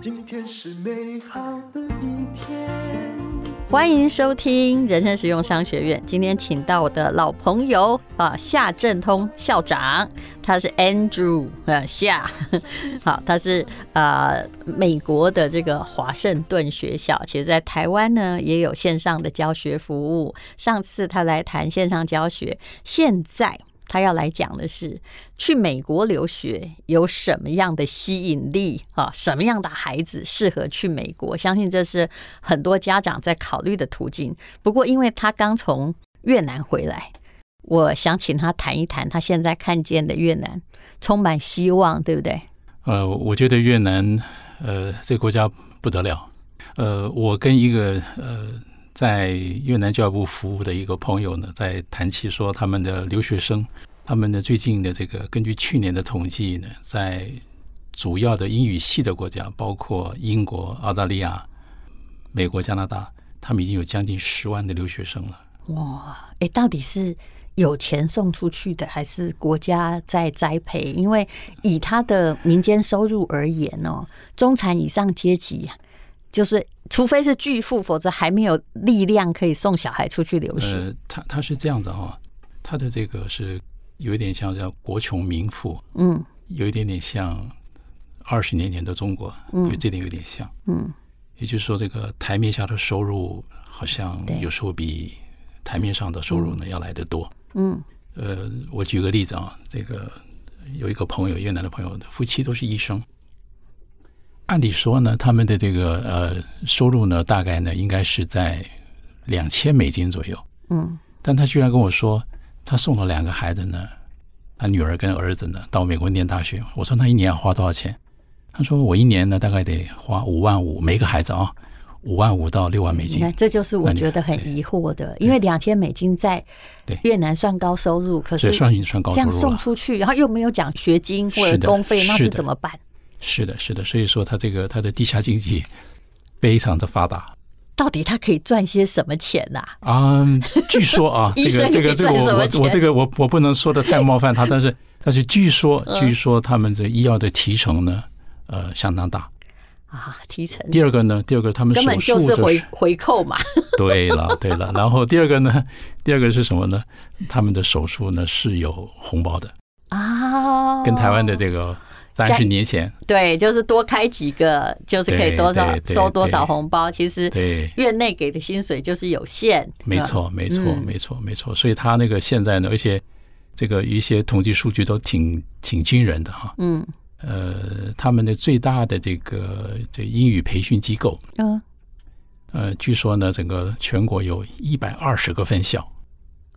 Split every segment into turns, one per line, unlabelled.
今天是美好的一天。
欢迎收听人生实用商学院。今天请到我的老朋友啊，夏正通校长，他是 Andrew 呃夏， 好，他是呃美国的这个华盛顿学校，其实在台湾呢也有线上的教学服务。上次他来谈线上教学，现在他要来讲的是去美国留学有什么样的吸引力啊？什么样的孩子适合去美国？相信这是很多家长在考虑的途径。不过，因为他刚从越南回来，我想请他谈一谈他现在看见的越南，充满希望，对不对？
呃，我觉得越南，呃，这个国家不得了。呃，我跟一个呃在越南教育部服务的一个朋友呢，在谈起说他们的留学生，他们的最近的这个，根据去年的统计呢，在主要的英语系的国家，包括英国、澳大利亚、美国、加拿大，他们已经有将近十万的留学生了。
哇，诶，到底是有钱送出去的，还是国家在栽培？因为以他的民间收入而言哦，中产以上阶级就是，除非是巨富，否则还没有力量可以送小孩出去留学。
呃，他他是这样子哈、他的这个是有一点像叫国穷民富。
嗯
有一点点像二十年前的中国，嗯，这点有点像，
嗯，
也就是说，这个台面下的收入好像
对
有时候比台面上的收入呢要来得多。
嗯
呃，我举个例子啊，这个有一个朋友，越南的朋友，夫妻都是医生。按理说呢，他们的这个呃收入呢，大概呢应该是在两千美金左右。
嗯，
但他居然跟我说，他送了两个孩子呢，他女儿跟儿子呢到美国念大学。我说那一年要花多少钱？他说我一年呢大概得花五万五，每个孩子啊，五万五到六万美
你
金
看，。这就是我
那你
觉得很疑惑的，因为两千美金在
对
越南算高收入，可
所
是
以算算高
这
收
样
入
送
了，
出去，然后又没有奖学金或
是
者
的
公费，那
是
是
的
怎么办？
是的，是的，所以说他这个他的地下经济非常的发达
到底他可以赚些什么钱呐、，
啊。据说啊
医
这
生
个这个这个
你赚什么
我我我
钱
这个我我不能说的太冒犯 他，但是但是据说
嗯
据说他们这医药的提成呢，呃相当大。
啊，提成
第二个呢，第二个他们
根本就
手术
是
的
回回扣嘛。
对了，对了。然后第二个呢，第二个是什么呢？他们的手术呢是有红包的，
啊，
跟台湾的这个三十年前，
对，就是多开几个，就是可以
对
多少
对对
收多少
对
红包。其实
对，
院内给的薪水就是有限，
没
嗯。
错，没错，
嗯
没错，没错。所以他那个现在呢，而且这个一些统计数据都挺挺惊人的哈。
嗯
呃，他们的最大的这个这英语培训机构，
嗯，
呃，据说呢，整个全国有一百二十个分校。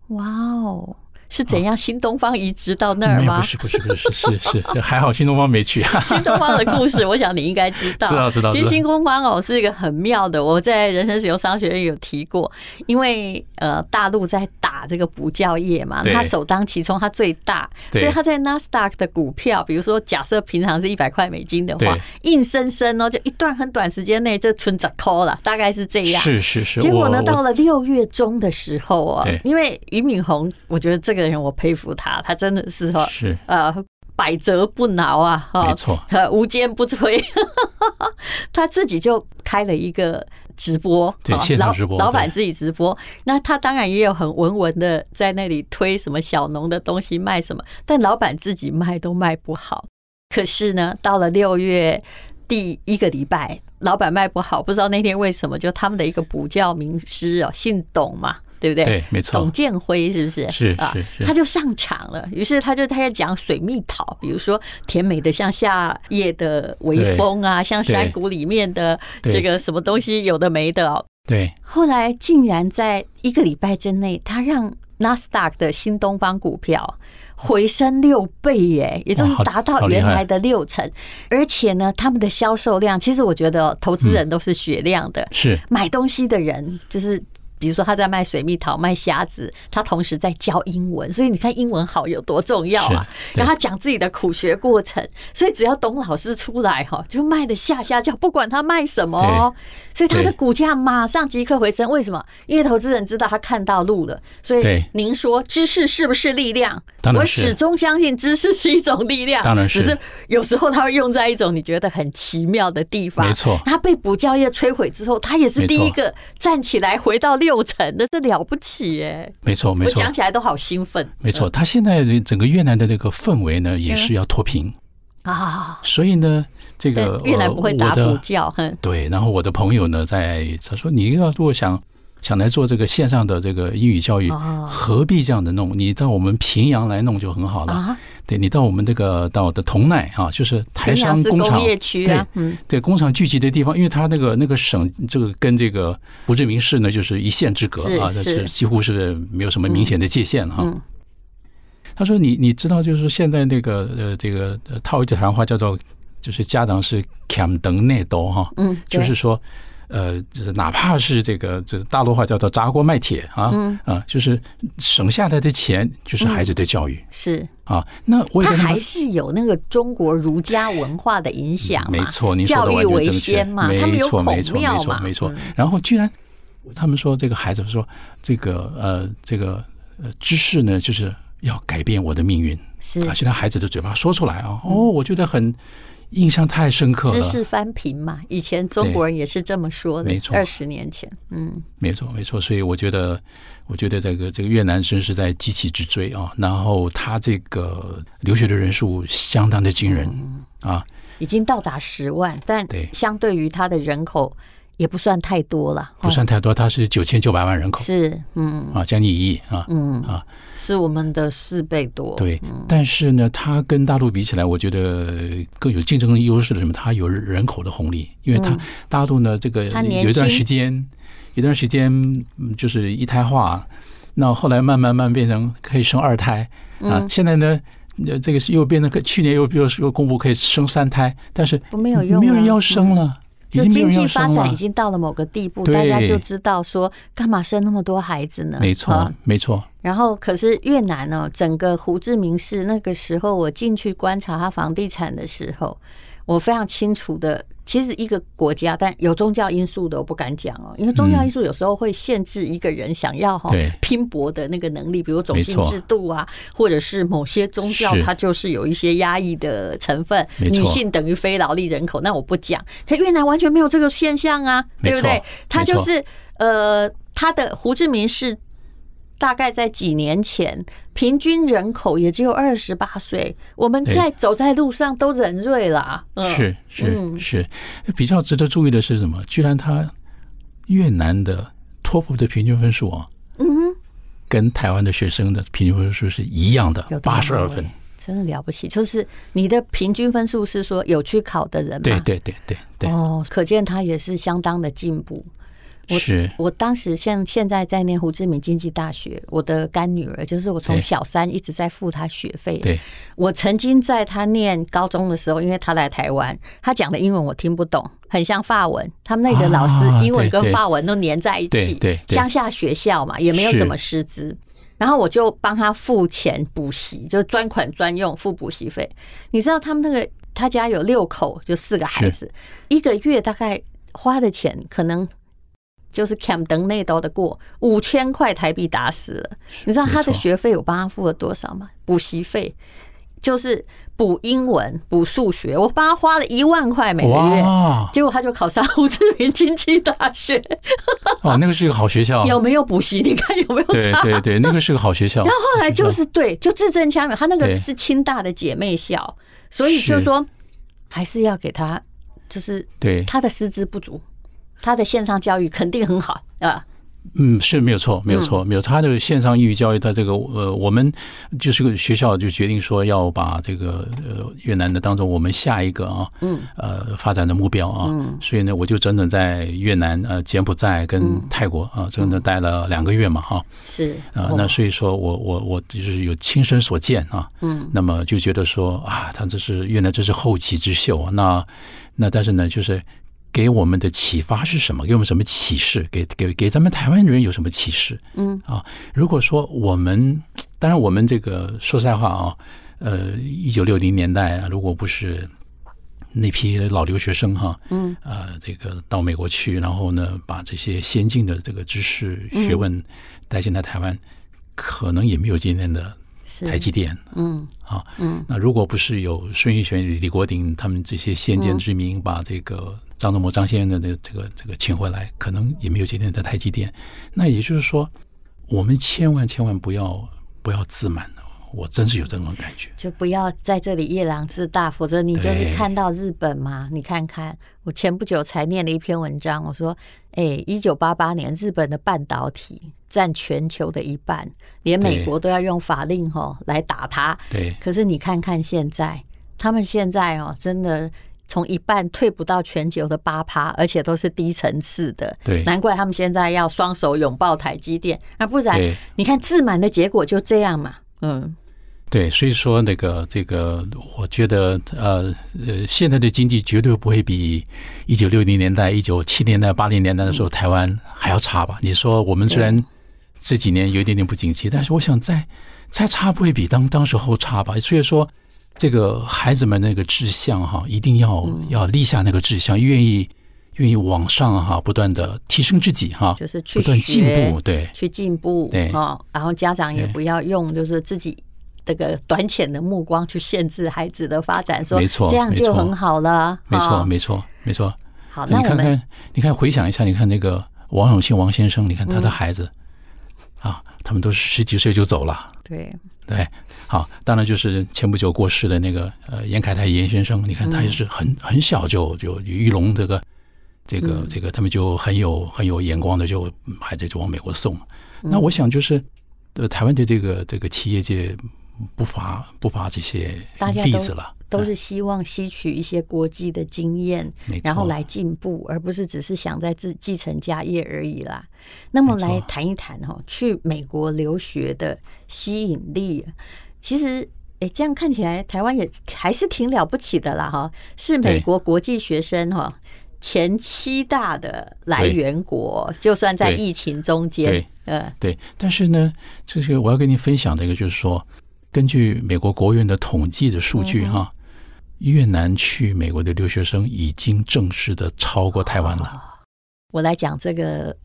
哇哦，是怎样新东方移植到那儿
没有，
吗
不？是，不是，不是，是是是，还好新东方没去。啊
新东方的故事，我想你应该知道。
知道知道
其
知
实
道
新东方哦是一个很妙的，我在人生使用商学院有提过，因为呃大陆在打这个补教业嘛，
对
它首当其冲，它最大，
对
所以它在 NASDAQ 的股票，比如说假设平常是一百块美金的话
对，
硬生生哦就一段很短时间内就存着抠了，大概是这样。
是是是，
结果呢，
我
到了六月中的时候哦
对，
因为俞敏洪，我觉得这个人我佩服他，他真的是哦
我，是
呃百折不挠啊，哈、
没错。
呃，无坚不摧，他自己就开了一个直播，
对
啊
现场直播
老老板
对
自己直播。那他当然也有很文文的在那里推什么小农的东西卖什么，但老板自己卖都卖不好。可是呢，到了六月第一个礼拜，老板卖不好，不知道那天为什么，就他们的一个补教名师哦，姓董嘛，对不对？
对，没错
董，建辉是不是？
是
啊
是，是
他就上场了。于是他就他在讲水蜜桃，比如说甜美的像夏夜的微风啊，像山谷里面的
对
这个什么东西，有的没的哦。
对，
后来竟然在一个礼拜之内，他让纳斯达克的新东方股票回升六倍耶，也就是
哇好
达到
好厉
原
害
来的六成。而且呢，他们的销售量，其实我觉得哦投资人都是雪亮的，
是
买东西的人就是比如说他在卖水蜜桃、卖虾子，他同时在教英文，所以你看英文好有多重要啊！
是对
然后他讲自己的苦学过程，所以只要董老师出来哈，就卖的下下叫，不管他卖什么哦，所以他的
对
股价马上即刻回升。为什么？因为投资人知道他看到路了，所以
对
您说知识是不是力量？
当
我
然是
始终相信知识是一种力量，
当然是
只是有时候它会用在一种你觉得很奇妙的地方。
没错
它被补教业摧毁之后，它也是
没错
第一个站起来回到六成的，这了不起耶！
没错，没
我
错
讲，起来都嗯好兴奋
没错。他现在整个越南的这个氛围呢，也
嗯
是要脱贫，
啊！
所以呢，这
对
个，
越南不会打
呃我
补
的
教，哼，
对，然后我的朋友呢，在他说你要如果想想来做这个线上的这个英语教育，
哦
何必这样的弄？你到我们平阳来弄就很好了。
啊
对你到我们这个到我的同奈啊，就是台
平
商
阳是
工厂
工业区啊，
对
嗯，
对工厂聚集的地方，因为它那个那个省，这个跟这个胡志明市呢，就是一线之隔
是
啊，这
是
是几乎是没有什么明显的界限啊。
嗯
他说你你知道，就是现在那个呃这个呃套一句台湾话叫做，就是家长是 cam 等内斗哈，
嗯，对
就是说，呃，就是哪怕是这个这大陆话叫做砸锅卖铁啊，
嗯
啊，就是省下来的钱就是孩子的教育、
是，
啊。那我也
它
跟他
还
们。
是有那个中国儒家文化的影响嘛，
没错，您说
教
的
育
完
为
全正确，
先嘛，
没
他们有
错，
孔
没错，
庙
没错，
嘛，
没
嗯
错。然后居然他们说这个孩子说这个呃这个呃知识呢，就是要改变我的命运
是
啊！现在孩子的嘴巴说出来啊，
嗯
哦，我觉得很印象太深刻
知
了，
识翻平嘛，以前中国人也是这么说的，
没错
二十年前，嗯，
没错，没错。所以我觉得，我觉得这个这个越南真是在急起直追啊。然后他这个留学的人数相当的惊人、
嗯
啊，
已经到达十万，但
对
相对于它的人口也不算太多了，哦
不算太多，他是九千九百万人口
是，嗯
啊，将近一亿啊。
嗯
啊，
是我们的四倍多，
对，但是呢，它跟大陆比起来，我觉得更有竞争力优势的是什么？它有人口的红利，因为它、大陆呢，这个
嗯它年轻
有一段时间，有一段时间嗯就是一胎化，那后来慢慢慢变成可以生二胎
嗯
啊，现在呢。呃，这个是又变成去年又又又公布可以生三胎，但是
没有用
没有人
了嗯
要生了，已
就
经没
经
有人
济
要
发
生
展
了
已。经到了某个地步，
对
大家就知道说干嘛生那么多孩子呢？
没错
啊，
没错，
然后，可是越南呢、整个胡志明市那个时候，我进去观察它房地产的时候，我非常清楚的，其实一个国家，但有宗教因素的我不敢讲哦，因为宗教因素有时候会限制一个人想要哈、
对
拼搏的那个能力，比如种姓
没错
制度啊，或者是某些宗教
是
它就是有一些压抑的成分，
没错
女性等于非劳力人口，那我不讲。可越南完全没有这个现象啊，对不
没
对
错？
它
没
就
错
是呃，它的胡志明市大概在几年前，平均人口也只有二十八岁，我们
对
在走在路上都人瑞啦。嗯，
哎是
嗯
是是。比较值得注意的是什么？居然它越南的托福的平均分数啊，
嗯，
跟台湾的学生的平均分数是一样的
有，
八十二分
道理。，真的了不起。就是你的平均分数是说有去考的人嘛？
对对对对对，
哦，可见他也是相当的进步。我
是
我当时像现在在念胡志明经济大学，我的干女儿就是我从
对
小三一直在付她学费。
对，
我曾经在她念高中的时候，因为她来台湾，她讲的英文我听不懂，很像法文。他们那个老师
啊
英文
对
跟
对
法文都粘在一起，
对对对
乡下学校嘛，也没有
是
什么师资。然后我就帮他付钱补习，就是专款专用付补习费。你知道他们那个他家有六口，就四个孩
是
子，一个月大概花的钱可能就是 Cam 登内刀的过五千块台币打死了。你知道他的
没错
学费我帮他付了多少吗？补习费就是补英文、补数学，我帮他花了一万块每个月。
哇
结果他就考上胡志明经济大学，
哦，那个是个好学校，
有没有补习？你看有没有差？
对对对，那个是个好学校。
然后后来就是对，就字正腔圆，他那个
对
是清大的姐妹校，所以就是
是
说还是要给他，就是
对，
他的师资不足，他的线上教育肯定很好啊。
嗯，是没有错，没有错，没有错。他的线上英语教育，他这个呃，我们就是个学校就决定说要把这个呃越南的当做我们下一个啊，嗯，呃发展的目标啊，嗯，所以呢，我就整整在越南、呃柬埔寨跟泰国啊，整整待了两个月嘛，哈、
是
啊，
哦
那所以说我我我就是有亲身所见啊，嗯，那么就觉得说啊，他这是越南这是后起之秀啊，那那但是呢，就是给我们的启发是什么？给我们什么启示？给给给咱们台湾人有什么启示？
嗯
啊，如果说我们，当然我们这个说实在话啊，呃，一九六零年代啊，如果不是那批老留学生哈，
嗯，
呃，这个到美国去，然后呢，把这些先进的这个知识
嗯
学问带进来台湾，可能也没有今天的
是
台积电。
嗯
啊，
嗯，
那如果不是有孙运璇、李国鼎他们这些
嗯
先见之明，把这个张忠谋、张先生的这个这个请回来，可能也没有今天的台积电。那也就是说，我们千万千万不要不要自满，我真是有这种感觉。
就不要在这里夜郎自大，否则你就是
对
看到日本嘛。你看看，我前不久才念了一篇文章，我说，哎，一九八八年日本的半导体占全球的一半，连美
对
国都要用法令吼、来打它。
对
可是你看看现在，他们现在哦，真的从一半退不到全球的八趴，而且都是低层次的。
对
难怪他们现在要双手拥抱台积电，那不然
对
你看自满的结果就这样嘛。嗯，
对，所以说那个这个，我觉得呃呃，现在的经济绝对不会比一九六零年代、一九七零年代、八零年代的
嗯
时候台湾还要差吧？你说我们虽然这几年有一点点不景气，但是我想再再差不会比当当时候差吧？所以说，这个孩子们那个志向哈，一定要
嗯
要立下那个志向，愿意愿意往上哈，不断的提升自己哈，
就是去
不断进
学
步，对
去进步，
对
哦，然后家长也
对
不要用就是自己这个短浅的目光去限制孩子的发展，说
没错
这样
没
就
错
很好了，
没错，
哦
没错，没错。
好，啊那
你
我
看
们
看，你看回想一下，你看那个王永庆王先生，你看他
嗯
的孩子、啊，他们都十几岁就走了。
对
对，好，当然就是前不久过世的那个呃严凯泰严先生，你看
嗯
他也是很、很小就就玉龙这个这
嗯
个这个，他们就很有很有眼光的，就孩子就往美国送。
嗯
那我想就是，呃，台湾的这个这个企业界不乏不乏这些
大家都
例子了，
都是希望吸取一些国际的经验
没，错
然后来进步，而不是只是想在自继承家业而已啦。那么
没错
来谈一谈哦，去美国留学的吸引力，啊其实。诶，这样看起来台湾也还是挺了不起的啦，哈，是美
对
国国际学生哈前七大的来源国，就算在
对
疫情中间
对，
呃，
对，但是呢，这是我要跟您分享的一个，就是说，根据美国国务院的统计的数据
嗯
哈、越南去美国的留学生已经正式的超过台湾了。
哦我来讲这个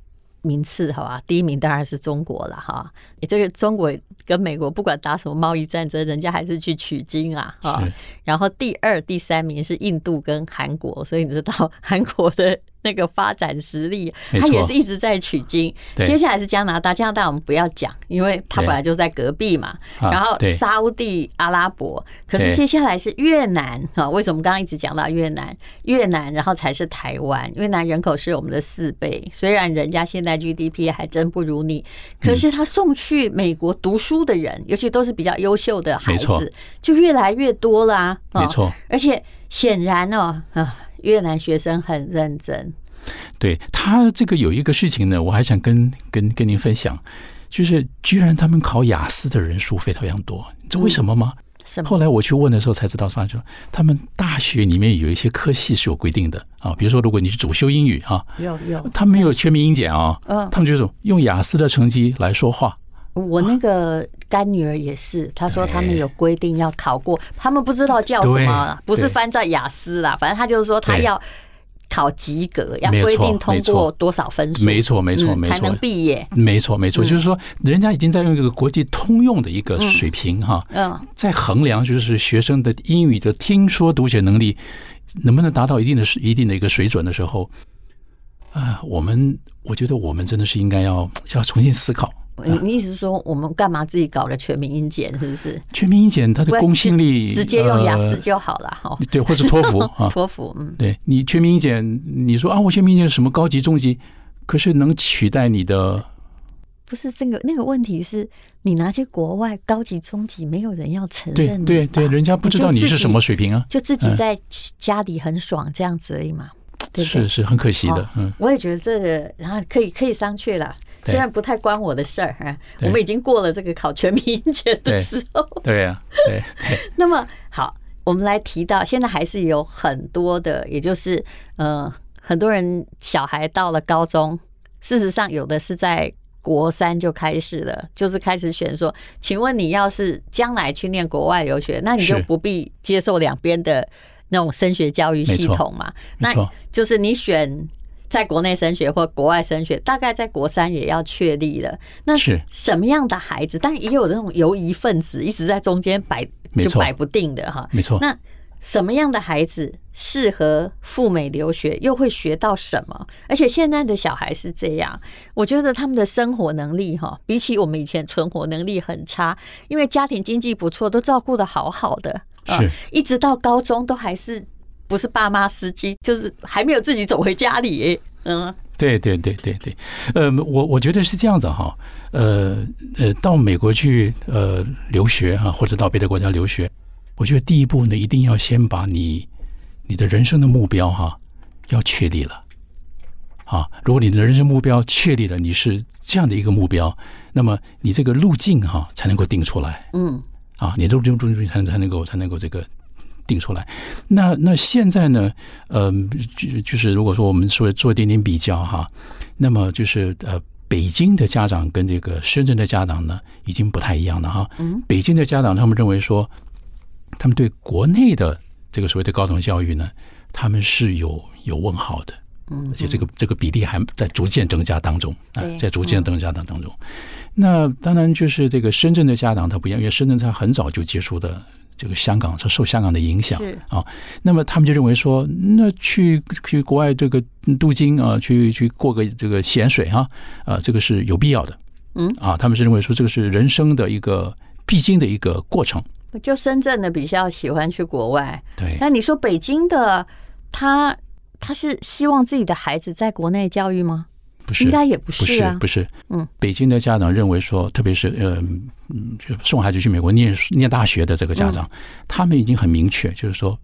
名次，好吧？第一名当然是中国了，哈。你这个中国跟美国不管打什么贸易战争，人家还是去取经啊，哈
是。
然后第二、第三名是印度跟韩国，所以你知道韩国的那个发展实力，
没
它
错
也是一直在取经。
对
接下来是加拿大，加拿大我们不要讲，因为它
对
本来就在隔壁嘛。
啊
然后
对
沙乌地阿拉伯，可是
对
接下来是越南啊。为什么刚刚一直讲到越南？越南，然后才是台湾。越南人口是我们的四倍，虽然人家现在 GDP 还真不如你，
嗯
可是他送去美国读书的人，尤其都是比较优秀的孩
没错
子，就越来越多啦、啊。
没错，
而且显然哦，啊，越南学生很认真，
对他这个有一个事情呢，我还想跟跟跟您分享，就是居然他们考雅思的人数非常非常多，你知道为什么吗？
什么
后来我去问的时候才知道，发现他们大学里面有一些科系是有规定的啊，比如说如果你是主修英语啊，
有有。
他们没有全民英检啊，
嗯
他们就是用雅思的成绩来说话。
我那个干女儿也是，她说他们
对
有规定要考过，他们不知道叫什么啊，
对
不是
对
翻照雅思啦，反正她就是说她
对
要考及格，要
没
规
错
定通
没
过
错
多少分数，
没错，没错，
嗯
没
才能
错，
毕业。
没错，没错，就是说，人家已经在用一个国际通用的一个水平哈，
嗯，
在衡量就是学生的英语的听说读写能力能不能达到一定的一定的一个水准的时候，啊、我们我觉得我们真的是应该要要重新思考。
你你意思是说我们干嘛自己搞个全民英检是不是？
全民英检它
不
的
然
公信力
直接用雅思
呃
就好了哈。
对，或是托 福啊，
托福，嗯，
对你全民英检，你说啊，我全民英检是什么高级、中级，可是能取代你的
不是这个那个问题是，你拿去国外高级、中级，没有人要承
对
认你啊
对
吧
对，人家不知道你是什么，水平啊，
就自己就自己
嗯
在家里很爽这样子而已嘛，对不对？
是是很可惜
哦
的，嗯，
我也觉得这个，然后可以可以商榷啦。
对
虽然不太关我的事儿啊，
对
我们已经过了这个考全民 英检的
对
时候。
对呀、对对
那么好，我们来提到现在还是有很多的，也就是呃很多人小孩到了高中，事实上有的是在国三就开始了，就是开始选说，请问你要是将来去念国外留学，那你就是不必接受两边的那种升学教育系统嘛？
没
那
错，
就是你选在国内升学或国外升学，大概在国三也要确立了。那
是
什么样的孩子？但也有那种游移分子一直在中间摆，
没
就
错
摆不定的哈。
没错。
那什么样的孩子适合赴美留学，又会学到什么？而且现在的小孩是这样，我觉得他们的生活能力哈，比起我们以前存活能力很差，因为家庭经济不错，都照顾的好好的，啊
是
一直到高中都还是不是爸妈司机，就是还没有自己走回家里，嗯，
对对对对对，呃，我我觉得是这样子哈，呃呃，到美国去呃留学哈、或者到别的国家留学，我觉得第一步呢，一定要先把你你的人生的目标哈、要确立了。啊，如果你的人生目标确立了，你是这样的一个目标，那么你这个路径哈、才能够定出来。
嗯，
啊呃呃
对，
啊在逐渐增加当当中。那当然就是这个深圳的家长他不一样，因为深圳他很早就接触的这个香港，他受香港的影响。
是
啊，那么他们就认为说，那去去国外这个镀金啊，去去过个这个咸水哈、啊，这个是有必要的。
嗯
啊，他们是认为说这个是人生的一个必经的一个过程。
就深圳的比较喜欢去国外，
对，
但你说北京的他他是希望自己的孩子在国内教育吗？
不
应
是。
该也不
不
是啊，
不是，
嗯，
北京的家长认为说，特别是呃，嗯，就送孩子去美国念书念大学的这个家
嗯
长，他们已经很明确，就是说，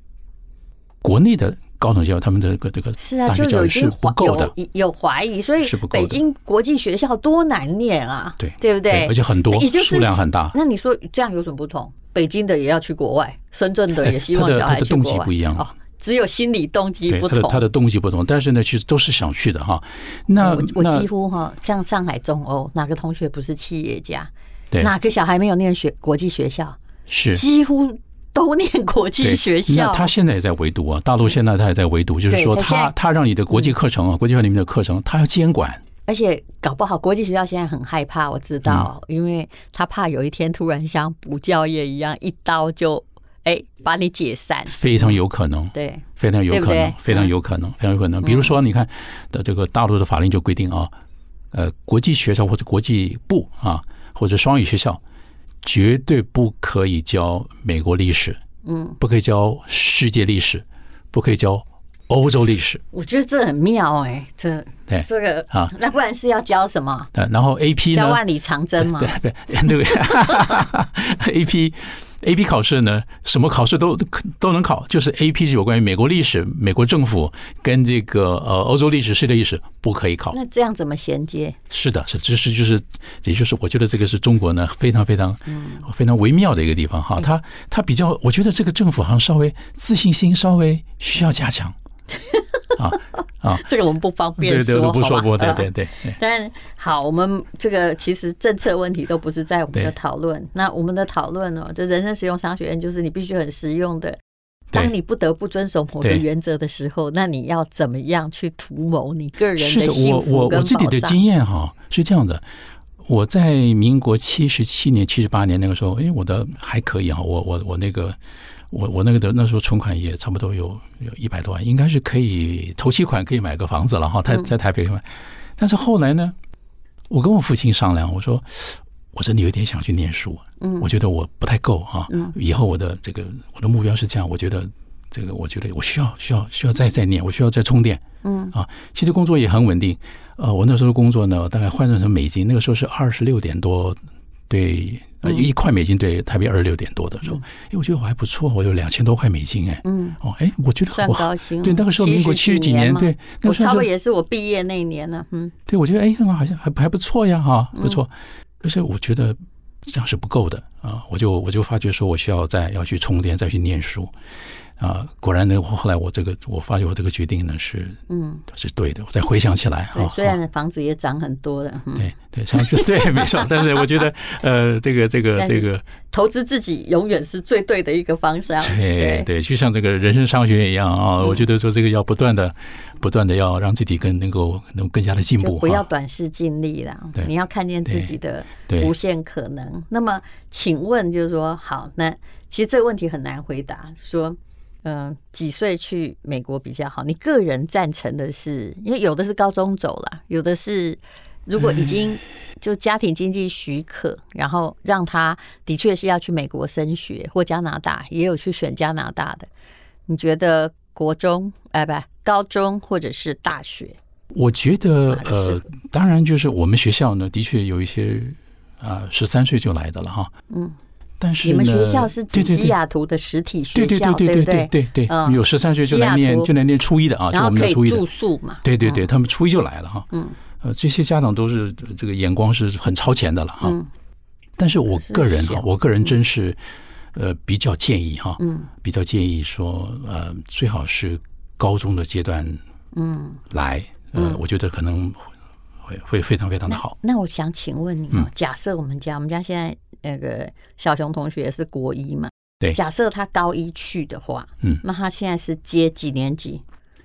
国内的高等教育，他们这个这个
是啊，
大
就
学
有
教
已
育
经
是不
怀
够的，
有有怀疑，所以
是不够的
北京国际学校多难念啊，
对
对不对？
而且很多
也就是
数量很大，
那你说这样有什么不同？北京的也要去国外，深圳的也希望
哎他的
小孩
他的
去国
动
外，
机不一样
哦，只有心理动机
对
不
他的
同。嗯
他的动机不同，但是呢，其实都是想去的哈。那
我我
那
几乎哈，像上海中欧，哪个同学不是企业家？
对
哪个小孩没有念学国际学校？
是
几乎都念国际
对
学校。
那他现在也在围读啊，大陆现在他也在围读，就是
对
说
他现
他
在
他让你的国际课程啊，国际学校里面的课程，他要监管。
而且搞不好国际学校现在很害怕，我知道，
嗯
因为他怕有一天突然像补教业一样，一刀就哎、把你解散。
非常有可能，
对，
非常有
对不嗯
可能
对，
非常有可能，非常有可能。比如说，你看的这个大陆的法令就规定啊，呃，国际学校或者国际部啊，或者双语学校，绝对不可以教美国历史，
嗯，
不可以教世界历史，不可以教欧洲历史。
我觉得这很妙哎、这
对
这个
啊，
那不然是要教什么？
呃，然后 AP
教
呢？
万里长征吗
对？对对，A P A P 考试呢，什么考试都都能考，就是 A P 是有关于美国历史、美国政府跟这个呃欧洲历史、世界历史不可以考。
那这样怎么衔接？
是的，是这是就是，也就是我觉得这个是中国呢非常非常
嗯
哦非常微妙的一个地方哈。它它比较，我觉得这个政府好像稍微自信心稍微需要加强啊啊，
这个我们不方便
对
说，
对，我不
好
说
吧
不，对
呃
对对对，
但好，我们这个其实政策问题都不是在我们的
对
讨论。那我们的讨论哦，就人生实用商学院，就是你必须很实用的。
对
当你不得不遵守某个
对
原则的时候，那你要怎么样去图谋你个人
是的，
幸
我
福
我
跟
我自己
保
的
障？
经验哈是这样的，我在民国七十七年、七十八年那个时候，哎，我的还可以哈，啊我我我那个我我那个的那时候存款也差不多有有一百多万，应该是可以头期款可以买个房子了哈，在
嗯
在台北买。但是后来呢，我跟我父亲商量，我说我真的有点想去念书，嗯，我觉得我不太够啊，嗯，以后我的这个我的目标是这样，我觉得这个我觉得我需要需要需要再再念，我需要再充电，嗯啊，其实工作也很稳定，呃，我那时候工作呢，大概换算成美金，那个时候是二十六点多对。呃
嗯
一块美金对台币二十六点多的时候，哎、我觉得我还不错，我有两千多块美金哎，
嗯，
哦，哎，我觉得
算
我
高薪了
对，那个时候民国
70
七十几
年
年，
嘛
对，
我
那个时候
差不多
是
也是我毕业那一年呢。嗯，
对，我觉得哎，那个好像还还不错呀，哈，不错。可是我觉得这样是不够的啊，我就我就发觉说我需要再要去充电，再去念书。啊、果然呢，我后来我这个我发觉我这个决定呢是
嗯，
是对的。我再回想起来
对，
啊，
虽然房子也涨很多了，嗯，
对对，上去对没错，但是我觉得呃，这个这 个
但是
这个，
投资自己永远是最对的一个方向，
对对，就像这个人生商学一样
嗯
啊，我觉得说这个要不断的、不断的要让自己更能够能更加的进
就
步，
不要
啊、
短视近利啦
对，
你要看见自己的
对
无限可能。那么，请问就是说，好，那其实这个问题很难回答，说。嗯，几岁去美国比较好？你个人赞成的是，因为有的是高中走了，有的是如果已经就家庭经济许可，然后让他的确是要去美国升学或加拿大，也有去选加拿大的。你觉得国中哎不高中或者是大学
我觉得
哪个适
呃，当然就是我们学校呢，的确有一些啊，十、三岁就来的了哈。
嗯，
但是
你们
呢
学校是指
对对
西
对
雅图的实体学
对对
校，
对
不
对对对对
嗯
对，有十三岁就
西雅
来念
图
就来念初一的啊，就
然
我
后
们
可
的
以
初一的
住。宿嘛？
对对对，他们初一就来了哈。
嗯，
呃，这些家长都是呃这个眼光是很超前的了哈。
嗯
但是我个人
是
哈
小，
我个人真是呃比较建议哈，
嗯
比较建议说呃最好是高中的阶段
嗯。
来，呃，我觉得可能会会非常非常的好。
那我想请问你哦，假设我们家我们家现在那个小熊同学是国一嘛？
对
假设他高一去的话，
嗯
那他现在是接几年级？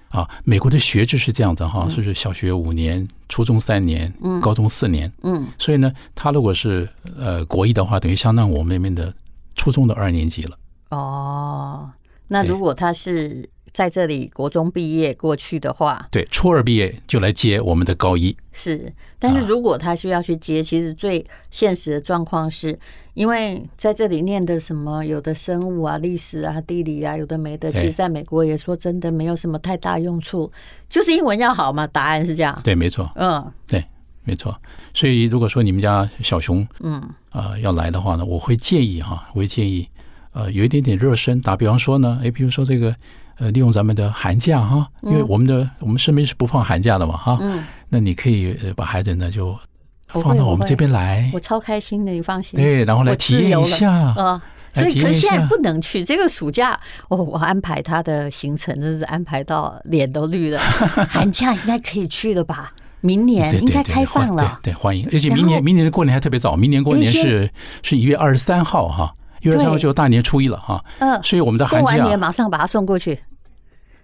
啊，美国的学制是这样的
嗯
哈，是小学五年，初中三年，高中四年。
嗯，
所以呢，他如果是呃国一的话，等于相当于我们那边的初中的二年级了。
哦，那
对
如果他是在这里国中毕业过去的话，
对，初二毕业就来接我们的高一。
是，但是
啊
如果他需要去接，其实最现实的状况是，因为在这里念的什么，有的生物啊、历史啊、地理啊，有的没的，其
对
实在美国也说真的没有什么太大用处，就是英文要好嘛，答案是这样。
对，没错，
嗯
没错。所以如果说你们家小熊
嗯
啊、要来的话呢，我会建议哈、我会建议呃有一点点热身。打比方说呢，诶，比如说这个呃，利用咱们的寒假哈，因为我们的、我们身边是不放寒假的嘛哈，
嗯，
那你可以呃把孩子呢就
不会
放到我
不
们
会
这边来
我，超开心的，你放心。
哎对，然后
我
来
自
体验
由
一
了
下。
呃，
来
所以
体
可
验
是
一
现在
下
不能去。这个暑假，哦，我安排他的行程真是安排到脸都绿了。寒假应该可以去了吧？明年
对
应
对
该
对，
开
欢
放了。
对，对欢迎。而且
然
明
后
年明年的过年还特别早，明年过
因为
年
现
是是一月二十三号哈，一月二十三号
对
就大年初一了哈，
嗯，
所以我们的
过
啊寒
完年
假
马上把他送过去。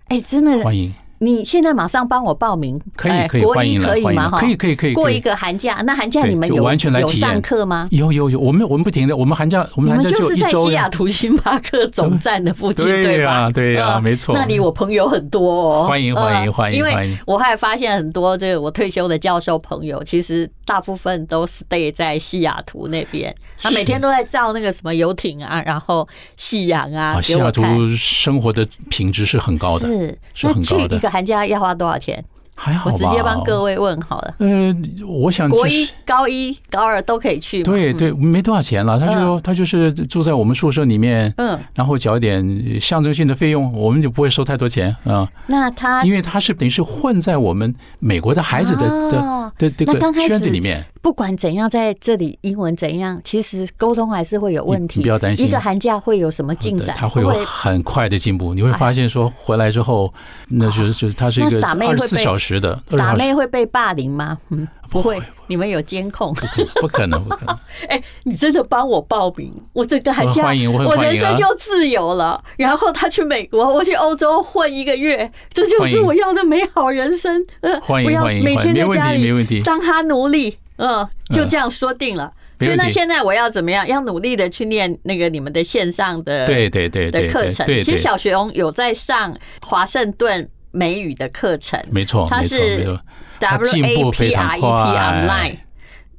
哎，真的，
欢迎，
你现在马上帮我报名，
可
哎
以可以
国
欢
一
迎来
可以
欢迎
吗？
来，
哈
可以可以可以
过
可
一
以。
个寒假，那寒假
对
你们
就
有
完全来
有
体验
上课吗？
有有有，我们我们不停的，我们寒假我们
你
寒
们
假只
就
有
是
一
在
周
西
呀
雅图星巴克总站的附近，
对
对吧？
呀对呀
呃
没错
那里我朋友很多哦，
欢迎欢迎
呃
欢迎
因
欢
为
迎
我还发现很多，就是我退休的教授朋友，其实大部分都 stay 在西雅图那边，他每天都在照那个什么游艇啊，然后夕阳啊，
啊，
给
西
我
雅
看。
图生活的品质是很高的，
是，
是
那
很
去
高的
一个寒假要花多少钱？
还
我
好吧？
直接帮各位问好了。
呃，我想
国
就
一嗯
是、
高一、高二都可以去嘛。
对对，没多少钱了，他就他就是住在我们宿舍里面，
嗯，
然后缴一点呃象征性的费用，我们就不会收太多钱啊，
那他
因为他是等于是混在我们美国的孩子的
哦
的的这
那刚
个
开始
圈子里面，
不管怎样，在这里英文怎样，其实沟通还是会有问题。
你你不要担心哦
一个寒假会有什么进
对
展？
他会
不
有很快的进步，你会发现说回来之后，那就是就是他是一
哎那
个
傻妹会
二十四
被
小时的，
傻
二十小时
妹会被霸凌吗？嗯，不会，你们有监控。
不可 能不 可能，
哎、你真的帮我报名，我这个寒假，
我欢迎我很欢迎啊
人生就自由了。然后他去美国，我去欧洲混一个月，这就
欢
是
迎
我要的美好人生。呃，
欢迎
不要
欢迎
每
欢迎
天在
没问题
家里
没问题
当他奴隶。嗯，就这样说定了。
没
所以
问
那
题
现在我要怎么样？要努力的去念那个你们的线上的
对对对对
的课
对
程。
对，
其实
对
小学有在上华盛顿美语的课程
没错
它
没错
是
没错。它
W
进
A
步
P R
非常
E P
快
Online。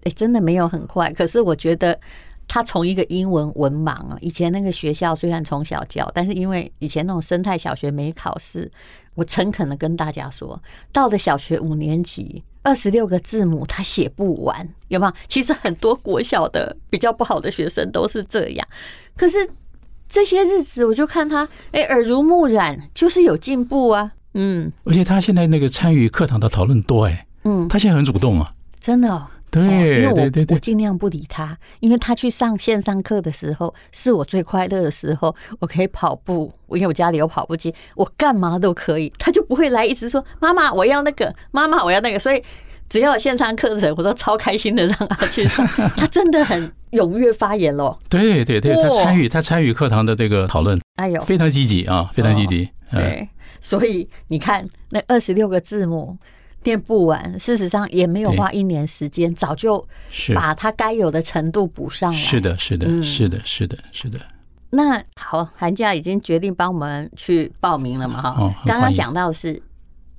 哎，真的没有很快，可是我觉得他从一个英文文盲啊，以前那个学校虽然从小教，但是因为以前那种生态小学没考试，我诚恳的跟大家说，到了小学五年级。二十六个字母他写不完，有没有？其实很多国小的比较不好的学生都是这样，可是这些日子我就看他，哎、耳濡目染，就是有进步啊。嗯
而且他现在那个参与课堂的讨论多哎，
嗯，
他现在很主动啊，
真的、哦，
对
哦因为我
嗯对对
我
对，
尽量不理他，因为他去上线上课的时候是我最快乐的时候，我可以跑步，因为我家里有跑步机，我干嘛都可以，他就不会来一直说妈妈我要那个，妈妈我要那个，所以。只要有线上课程，我都超开心的，让他去 上。他真的很踊跃发言咯。
对对对，
哇
他参与他参与课堂的这个讨论，
哎呦，
非常积极啊，非常积极。嗯，
哦对，所以你看那二十六个字母念不完，事实上也没有
对
花一年时间，早就是把它该有的程度补上来。
是的，是
嗯
的，是的，是的，是的，
那好，寒假已经决定帮我们去报名了嘛？哈、
哦很
刚刚
欢迎
讲到的是，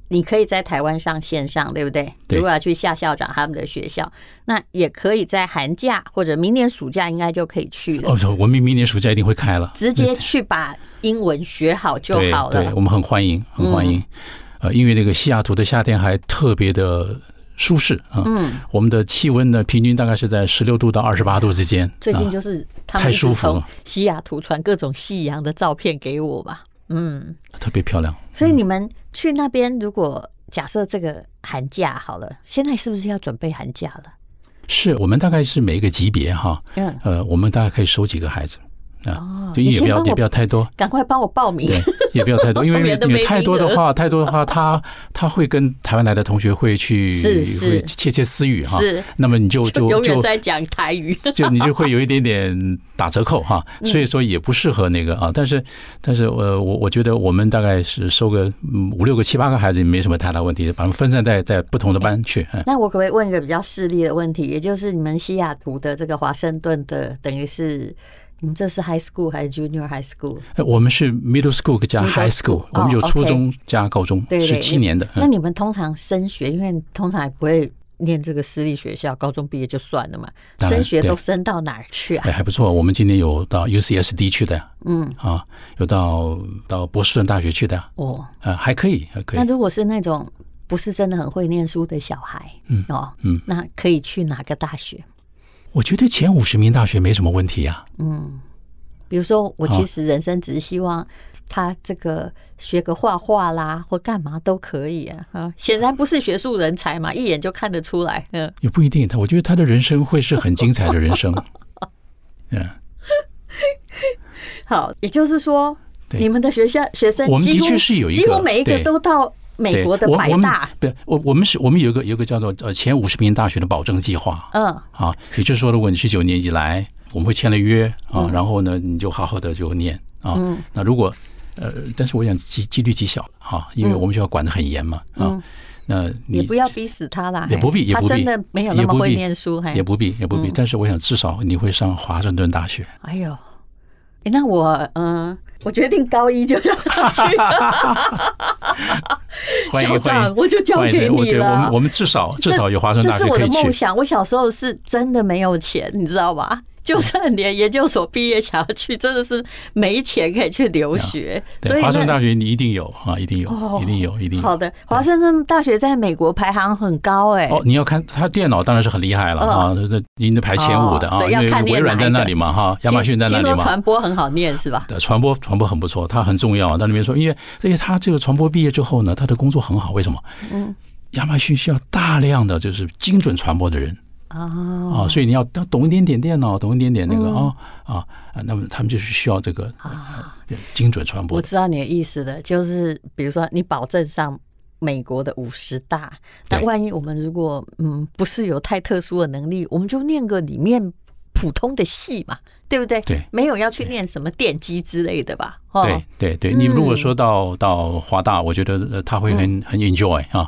你可以在台湾上线上，对不对？
对
如果要去夏校长他们的学校，那也可以在寒假或者明年暑假应该就可以去了，
哦，我们明年暑假一定会开了，
直接去把英文学好就
对
好
对，
了。嗯
我们很欢迎，很欢迎。呃，因为那个西雅图的夏天还特别的舒适啊，
嗯，
我们的气温呢，平均大概是在十六度到二十八度之间。
最近
啊
就是他
太
们一
舒
直
服
从
了
西雅图传各种夕阳的照片给我吧。嗯，
啊特别漂亮。
所以你们去那边，如果假设这个寒假好了，现在是不是要准备寒假了？
是我们大概是每一个级别哈，
嗯，
呃，我们大概可以收几个孩子啊
哦，
就也
你
不
先
要
帮我
也不要太多，
赶快帮我报名。
对，也不要太多，因为
免得
因
没
为太多
名额
的话，太多的话，他他会跟台湾来的同学会去
是是
会窃窃私语哈，
是
那么你就
就
就
永远
就
在讲台语。
就你就会有一点点打折扣哈，
嗯
所以说也不适合那个啊。但是但是呃，我我觉得我们大概是收个嗯五六个七八个孩子也没什么太大问题，把他们分散在在不同的班去。嗯
那我可不可以问一个比较势利的问题？也就是你们西雅图的这个华盛顿的，等于是你们这是 high school 还是 junior high school？
呃我们是 middle school 加
Middle
high school，
school，
我们有
哦
初中加高中，
对对
是七年的。
那
嗯
你们通常升学，因为你通常也不会念这个私立学校，高中毕业就算了嘛，
当然
升学都
对
升到哪儿去啊？
哎，还不错。我们今年有到 UCSD 去的
嗯，
啊，有到到波士顿大学去的，
哦，
呃，还可以，还可
那
以。
如果是那种不是真的很会念书的小孩，
嗯
哦，
嗯，
那可以去哪个大学？
我觉得前五十名大学没什么问题啊呀、
比如说，我
好
其实人生只是希望他这个学个画画啦，或干嘛都可以啊。啊，显然不是学术人才嘛，一眼就看得出来。嗯，
也不一定。他我觉得他的人生会是很精彩的人生。嗯，
好，也就是说，
对
你们的学校学生
我们
几乎
的确是有一个
几乎每一个
对
都到 美国的
对我
百
我们
大。
不，我我们是我们有一个有一个叫做呃前五十名大学的保证计划
嗯，
啊，也就是说，如果你是九年级来，我们会签了约
嗯
啊，然后呢，你就好好的就念啊。那如果呃，但是我想几几率极小啊，因为我们学校管得很严嘛啊。那你
嗯也不要逼死他啦，
也不必，也
哎他
不必，
真的没有那
也
么
不
会
必
念书，嘿嗯
也不必，也不必。但是我想，至少你会上华盛顿大学。
哎呦，诶那我嗯、我决定高一就让他去，
欢迎
校
欢
长
迎，
我就交
欢迎
给
我
你
对我
了
们我。们至少至
这
少有华盛顿大
这
学
是我
可
的
以
梦
去。
想。我小时候是真的没有钱，你知道吧？就算连研究所毕业想要去，真的是没钱可以去留学。所
对，
以
华盛顿
那
大学你一定有啊，一定有，
哦
一定有，一定有。
好的，华盛顿大学在美国排行很高哎、
哦，你要看它电脑当然是很厉害了啊，那您得排前五的
哦
啊
所，以
因
要
为
看
微
念
软
哪
在
一
那
个
里嘛哈，亚马逊在
听
那里
说
嘛。
传播很好念是吧？
对传播传播很不错，它很重要。啊到那边说，因为因为它这个传播毕业之后呢，它的工作很好，为什么？嗯，亚马逊需要大量的就是精准传播的人
哦，嗯
啊，所以你要要懂一点点电脑，懂一点点那个啊啊，啊那么他们就是需要这个
啊
呃对精准传播
我
的。
知道你的意思的，就是比如说你保证上。美国的五十大，
对
但万一我们如果嗯不是有太特殊的能力，我们就念个里面普通的系嘛，对不对？
对
没有要去念什么电机之类的吧？哦
对对对，你如果说到到华大，我觉得呃他会很很 enjoy 啊，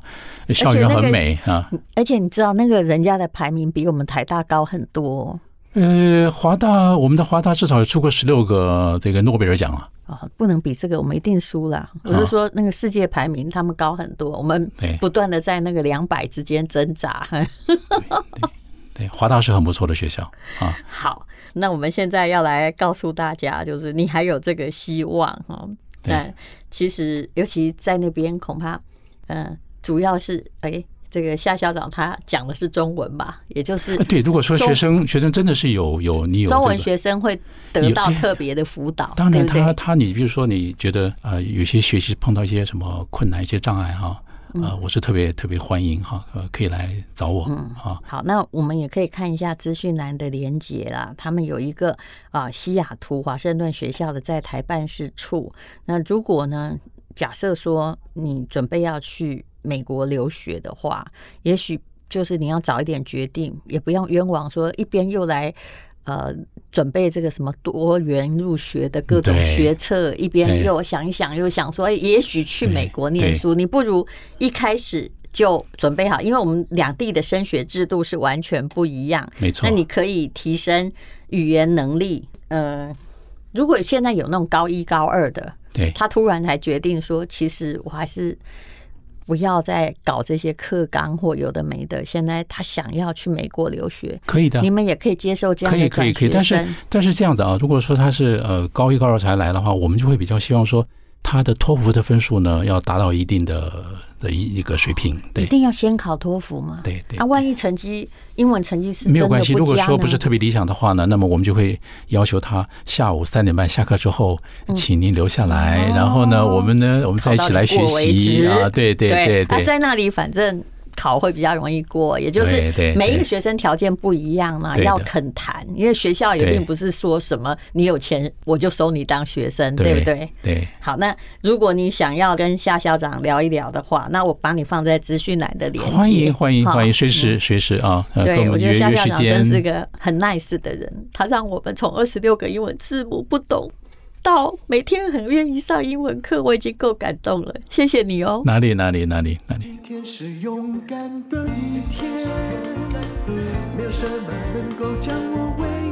校园
嗯那
很
个
美啊。
而且你知道，那个人家的排名比我们台大高很多
呃，华大，我们的华大至少有出过十六个这个诺贝尔奖啊。
哦，不能比这个，我们一定输啦。我是说，那个世界排名他们高很多，我们
哦对
不断的在那个两百之间挣扎。
对，华大是很不错的学校啊。
好，那我们现在要来告诉大家，就是你还有这个希望哈。
对
那其实，尤其在那边，恐怕，嗯、主要是哎、这个夏校长他讲的是中文吧，也就是
呃对，如果
嗯
说
中
学生学生真的是有有你有
中文
这个。
学生会得
有
到
对啊
特别的辅导，
当然
对不对
他，他你比如说，你觉得啊、呃有些学习碰到一些什么困难、一些障碍哈、呃，
嗯
我是特别特别欢迎哈，呃，可以来找我啊。
好，那我们也可以看一下资讯栏的连接啦。他们有一个啊、西雅图华盛顿学校的在台办事处。那如果呢，假设说你准备要去美国留学的话，也许就是你要早一点决定，也不要冤枉说一边又来。呃，准备这个什么多元入学的各种
对
学测，一边
对
又想一想，又想说，哎也许去
对
美国念
对
书，你不如一开始就准备好，因为我们两地的升学制度是完全不一样。
没错
那，你可以提升语言能力。呃，如果现在有那种高一高二的，
对
他突然才决定说，其实我还是不要再搞这些课纲或有的没的。现在他想要去美国留学，
可以的
你。们也可以接受这
啊可
样
以
的
可以
转学
可以，但是
生。
但是这样子啊，如果说他是呃高一高二才来的话，我们就会比较希望说他的托福的分数呢要达到一定的的一一个水平，
一
对
定要先考托福吗？
对对
啊，。万一成绩英文成绩是
没有
真的
关系，
不
如果
佳
说不
呢
是特别理想的话呢，那么我们就会要求他下午三点半下课之后，请您留下来，然后呢，我们呢，我们再一起来学
嗯哦考到你过为
习
止
啊，对对对
他
对，
在那里反正考会比较容易过，也就是
对对
每一个
对
学生条件不一样嘛，
对的
要肯谈，因为学校也
对
并不是说什么你有钱我就收你当学生，对不对？
对，
好，那如果你想要跟夏校长聊一聊的话，那我把你放在资讯栏的连接，
欢迎欢迎
哈
欢迎，随时随时啊，呃跟
嗯对，
我
我
们
觉得
约
夏
约
校
时
长真是
间，
个很 nice 的人，他让我们从二十六个英文字母不懂到每天很愿意上英文课，我已经够感动了，谢谢你哦。
哪里哪里哪里哪里，
今天是勇敢的一天，没有什么能够将我围